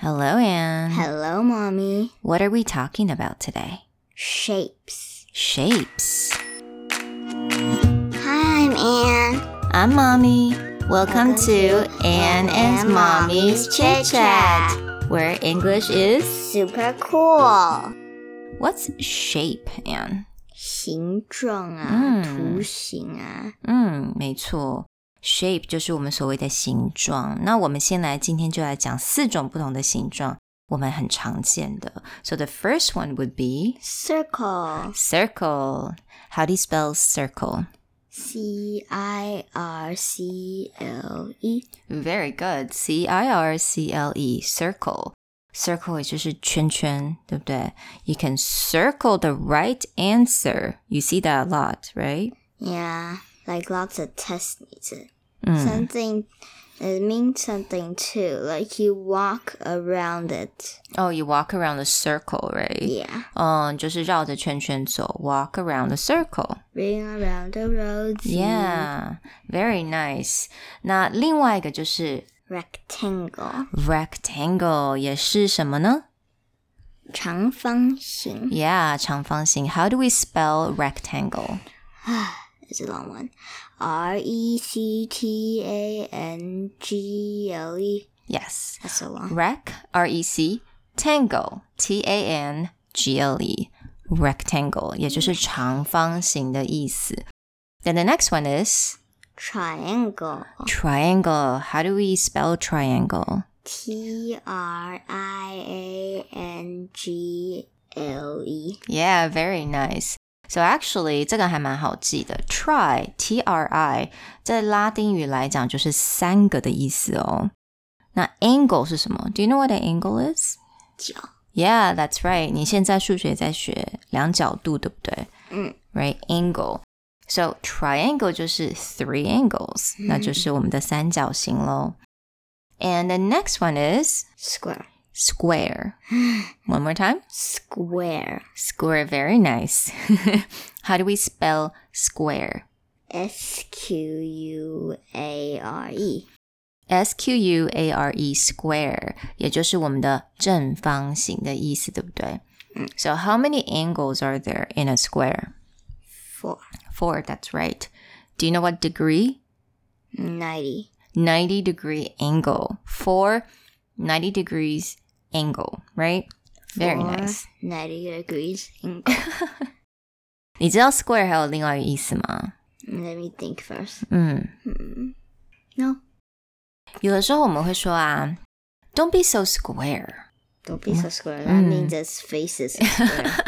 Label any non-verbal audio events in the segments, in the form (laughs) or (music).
Hello, Anne. Hello, Mommy. What are we talking about today? Shapes. Shapes. Hi, I'm Anne. I'm Mommy. Welcome, to Anne and Mommy's Chit Chat, where English is. Super cool. What's shape, Anne? 形状啊，ah, 嗯。图形啊。嗯，Mm, 没错，shape 就是我们所谓的形状。那我们先来，今天就来讲四种不同的形状，我们很常见的。So the first one would be Circle. circle. How do you spell circle? C I R C L E. Very good. C I R C L E circle. Circle 也就是圈圈，对不对？You can circle the right answer. You see that a lot, right? Yeah, like lots of techniques. Hmm. 嗯， Something it means something too. Like you walk around it. Oh, you walk around the circle, right? Yeah. 嗯，就是绕着圈圈走，walk around the circle. Ring around the roads. Yeah, very nice. 那另外一个就是 Rectangle. rectangle 也是什么呢？长方形. Yeah, 长方形. How do we spell rectangle? It's a long one. R E C T A N G L E. Yes. That's so long. Rec, R E C, Tangle, T A N G L E, rectangle, 也就是长方形的意思. Then the next one is Triangle. triangle. How do we spell triangle? T R I A N G L E. Yeah, very nice. So actually, 这个还蛮好记的. Try, T R I, 在拉丁语来讲就是三个的意思哦。那 angle 是什么? Do you know what an angle is? 角. Yeah, that's right. 你现在数学在学量角度，对不对？嗯。 Right angle. So triangle 就是 three angles，、那就是我们的三角形喽。And the next one is Square. square. One more time. Square. Square. Very nice. (laughs) How do we spell square? S Q U A R E. S Q U A R E square，也就是我们的正方形的意思，对不对？So how many angles are there in a square? Four. Four, that's right. Do you know what degree? Ninety. 90 degree angle. Four, 90 degrees angle, right? Very Four nice. Ninety degrees. angle. 你知道 square 还有另外一个意思吗？ Let me think first. 嗯， Hmm. No. 有的时候我们会说啊, don't be so square. (laughs) Don't be so square. That Mm. means its face is square.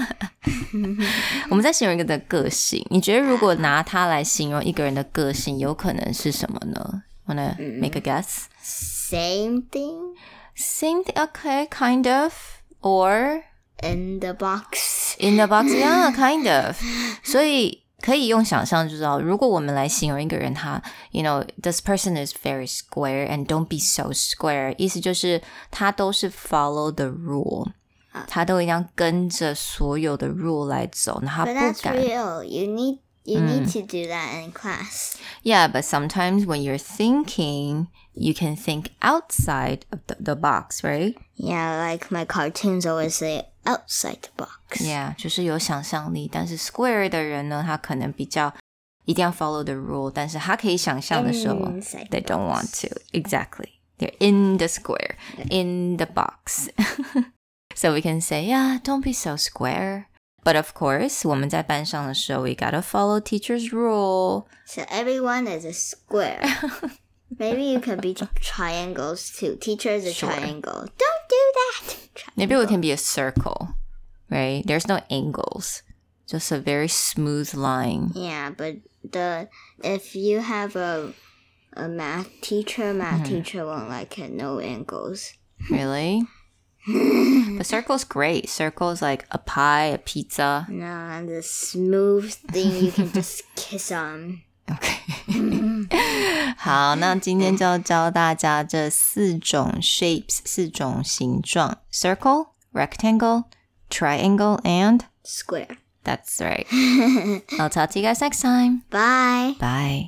我们在形容一个的个性，你觉得如果拿它来形容一个人的个性，有可能是什么呢？Wanna make a guess? Same thing Same thing, okay, kind of, or in the box. In the box, yeah, kind of. 所以可以用想象就知道，如果我们来形容一个人，他，you know, this person is very square and don't be so square，意思就是他都是 follow the rule，他都一定要跟着所有的 rule 来走，然后 But 他不 that's 敢。 real. You need you need Mm. to do that in class. Yeah, but sometimes when you're thinking, you can think outside of the, the box, right? Yeah, like my cartoons always say outside the box. Yeah，就是有想象力，但是 square 的人呢，他可能比较一定要 follow the rule，但是他可以想象的时候 Inside ，they the don't want to exactly. They're in the square, in the box. (laughs) so we can say, yeah, don't be so square. But of course, 我们在班上的时候，we gotta follow teacher's rule. So everyone is a (laughs) square. Maybe you could be triangles too. Teachers are Sure. triangle. Don't do that. Tri- Maybe we can be a circle, right? There's no angles, just a very smooth line. Yeah, but the if you have a a math teacher, Mm-hmm. math teacher won't like it. No angles. Really? but circle's great. Circle's like a pie, a pizza. No, and the smooth thing you can just kiss on. OK，好，那今天就教大家这四种 shapes，四种形状：circle、rectangle、triangle and Square. that's right. I'll talk to you guys next time. Bye. Bye.